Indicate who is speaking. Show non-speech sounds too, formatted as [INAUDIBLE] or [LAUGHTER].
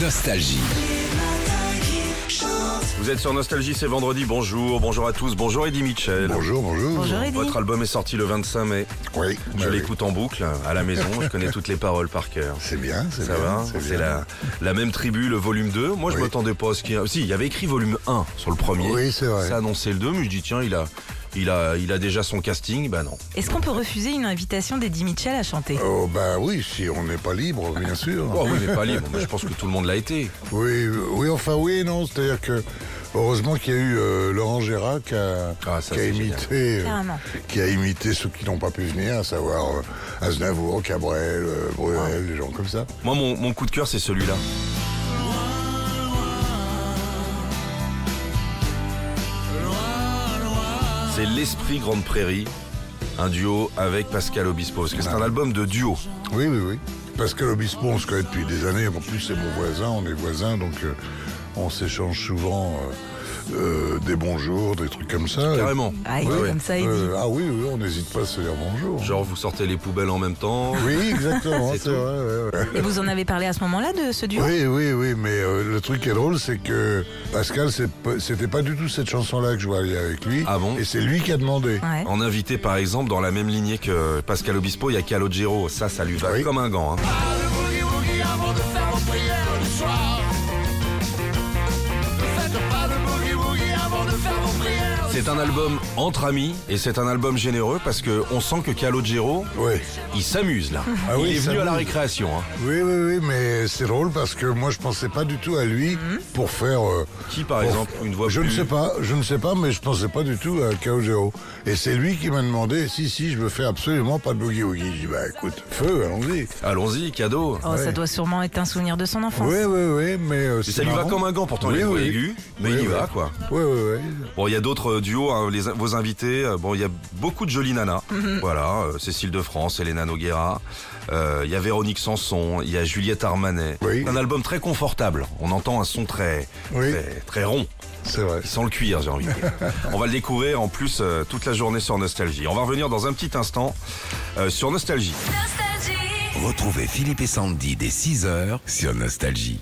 Speaker 1: Nostalgie.
Speaker 2: Vous êtes sur Nostalgie, c'est vendredi. Bonjour, bonjour à tous. Bonjour Eddie Mitchell.
Speaker 3: Bonjour, bonjour.
Speaker 4: Bonjour Eddy.
Speaker 2: Votre album est sorti le 25 mai.
Speaker 3: Oui, bah
Speaker 2: Je
Speaker 3: oui.
Speaker 2: l'écoute en boucle à la maison. Je connais toutes les paroles par cœur.
Speaker 3: C'est bien, c'est
Speaker 2: Ça
Speaker 3: bien,
Speaker 2: va
Speaker 3: c'est
Speaker 2: C'est
Speaker 3: bien.
Speaker 2: la, la même tribu, le volume 2. Moi, je
Speaker 3: Oui.
Speaker 2: m'attendais pas à ce qu'il y a... Si, il y avait écrit volume 1 sur le premier.
Speaker 3: Oui, c'est vrai.
Speaker 2: Ça annonçait le 2, mais je dis, tiens, il a, il a, il a déjà son casting. Ben non.
Speaker 4: Est-ce qu'on peut refuser une invitation d'Eddie Mitchell à chanter
Speaker 3: Oh bah oui, si on n'est pas libre,
Speaker 2: [LAUGHS]
Speaker 3: bien sûr.
Speaker 2: Oh oui, mais pas libre. Mais je pense que tout le monde l'a été.
Speaker 3: Oui, oui, enfin oui, non, c'est-à-dire que heureusement qu'il y a eu euh, Laurent Gérard qui a,
Speaker 2: Ah, ça,
Speaker 3: qui a
Speaker 2: c'est
Speaker 3: imité, euh,
Speaker 4: Carrément.
Speaker 3: qui a imité ceux qui n'ont pas pu venir, à savoir euh, Aznavour, Cabrel, euh, Bruel, des gens comme ça.
Speaker 2: Moi, mon, mon coup de cœur, c'est celui-là. C'est l'esprit Grande Prairie, un duo avec Pascal Obispo, parce que c'est un album de duo.
Speaker 3: Oui, oui, oui. Pascal Obispo, on se connaît depuis des années. En plus, c'est mon voisin, on est voisins, donc euh, on s'échange souvent euh, euh, des bonjours, des trucs comme ça.
Speaker 2: Carrément.
Speaker 4: Ah, il
Speaker 2: Ouais,
Speaker 4: est
Speaker 2: ouais.
Speaker 4: comme ça, Eddie.
Speaker 3: Euh, ah oui, oui, on n'hésite pas à se dire bonjour.
Speaker 2: Genre, vous sortez les poubelles en même temps.
Speaker 3: Oui, exactement,
Speaker 2: [LAUGHS] C'est
Speaker 3: c'est
Speaker 2: tout.
Speaker 3: vrai. ouais, ouais.
Speaker 4: Et vous en avez parlé à ce moment-là de ce duo
Speaker 3: Oui, oui, oui, mais euh, le truc qui est drôle, c'est que Pascal, c'est pas- c'était pas du tout cette chanson-là que je voyais avec lui.
Speaker 2: Ah bon
Speaker 3: Et c'est lui qui a demandé.
Speaker 4: Ouais.
Speaker 2: En invité, par exemple, dans la même lignée que Pascal Obispo, il y a Calogero. Ça, ça lui va
Speaker 3: Oui.
Speaker 2: comme un gant. hein. C'est un album entre amis et c'est un album généreux parce que on sent que Calogero,
Speaker 3: Oui.
Speaker 2: il s'amuse là.
Speaker 3: Ah oui,
Speaker 2: il est
Speaker 3: il
Speaker 2: venu à la
Speaker 3: s'amuse.
Speaker 2: récréation. hein.
Speaker 3: Oui, oui, oui, mais c'est drôle parce que moi, je pensais pas du tout à lui pour faire. euh,
Speaker 2: Qui, Mm-hmm. par
Speaker 3: pour-
Speaker 2: exemple, une voix
Speaker 3: Je ne
Speaker 2: plus-
Speaker 3: sais pas, je ne sais pas, mais je pensais pas du tout à Calogero. Et c'est lui qui m'a demandé si, si, je me fais absolument pas de boogie woogie. J'ai dit, bah écoute, feu, allons-y.
Speaker 2: Allons-y, cadeau.
Speaker 3: Ah,
Speaker 4: Oh, ça doit sûrement être un souvenir de son enfance.
Speaker 3: Oui, oui, oui, mais. euh,
Speaker 2: Et
Speaker 3: c'est
Speaker 2: ça lui va
Speaker 3: marrant.
Speaker 2: comme un gant, pourtant il
Speaker 3: Oui,
Speaker 2: a une voix
Speaker 3: oui.
Speaker 2: aiguë, mais
Speaker 3: Oui,
Speaker 2: il y
Speaker 3: oui.
Speaker 2: va quoi.
Speaker 3: Oui, oui, oui.
Speaker 2: Bon, il y a d'autres euh, duos, hein, les, vos invités. euh, Bon, il y a beaucoup de jolies nanas. Voilà, euh, Cécile de France, Elena Noguera. euh, Il y a Véronique Sanson, il y a Juliette Armanet.
Speaker 3: Oui.
Speaker 2: C'est Un album très confortable. On entend un son très,
Speaker 3: Oui.
Speaker 2: très, très rond,
Speaker 3: C'est vrai.
Speaker 2: sans le cuir, j'ai envie de
Speaker 3: [LAUGHS]
Speaker 2: dire. On va le découvrir en plus euh, toute la journée sur Nostalgie. On va revenir dans un petit instant euh, sur Nostalgie.
Speaker 1: Retrouvez Philippe et Sandy dès 6h sur Nostalgie.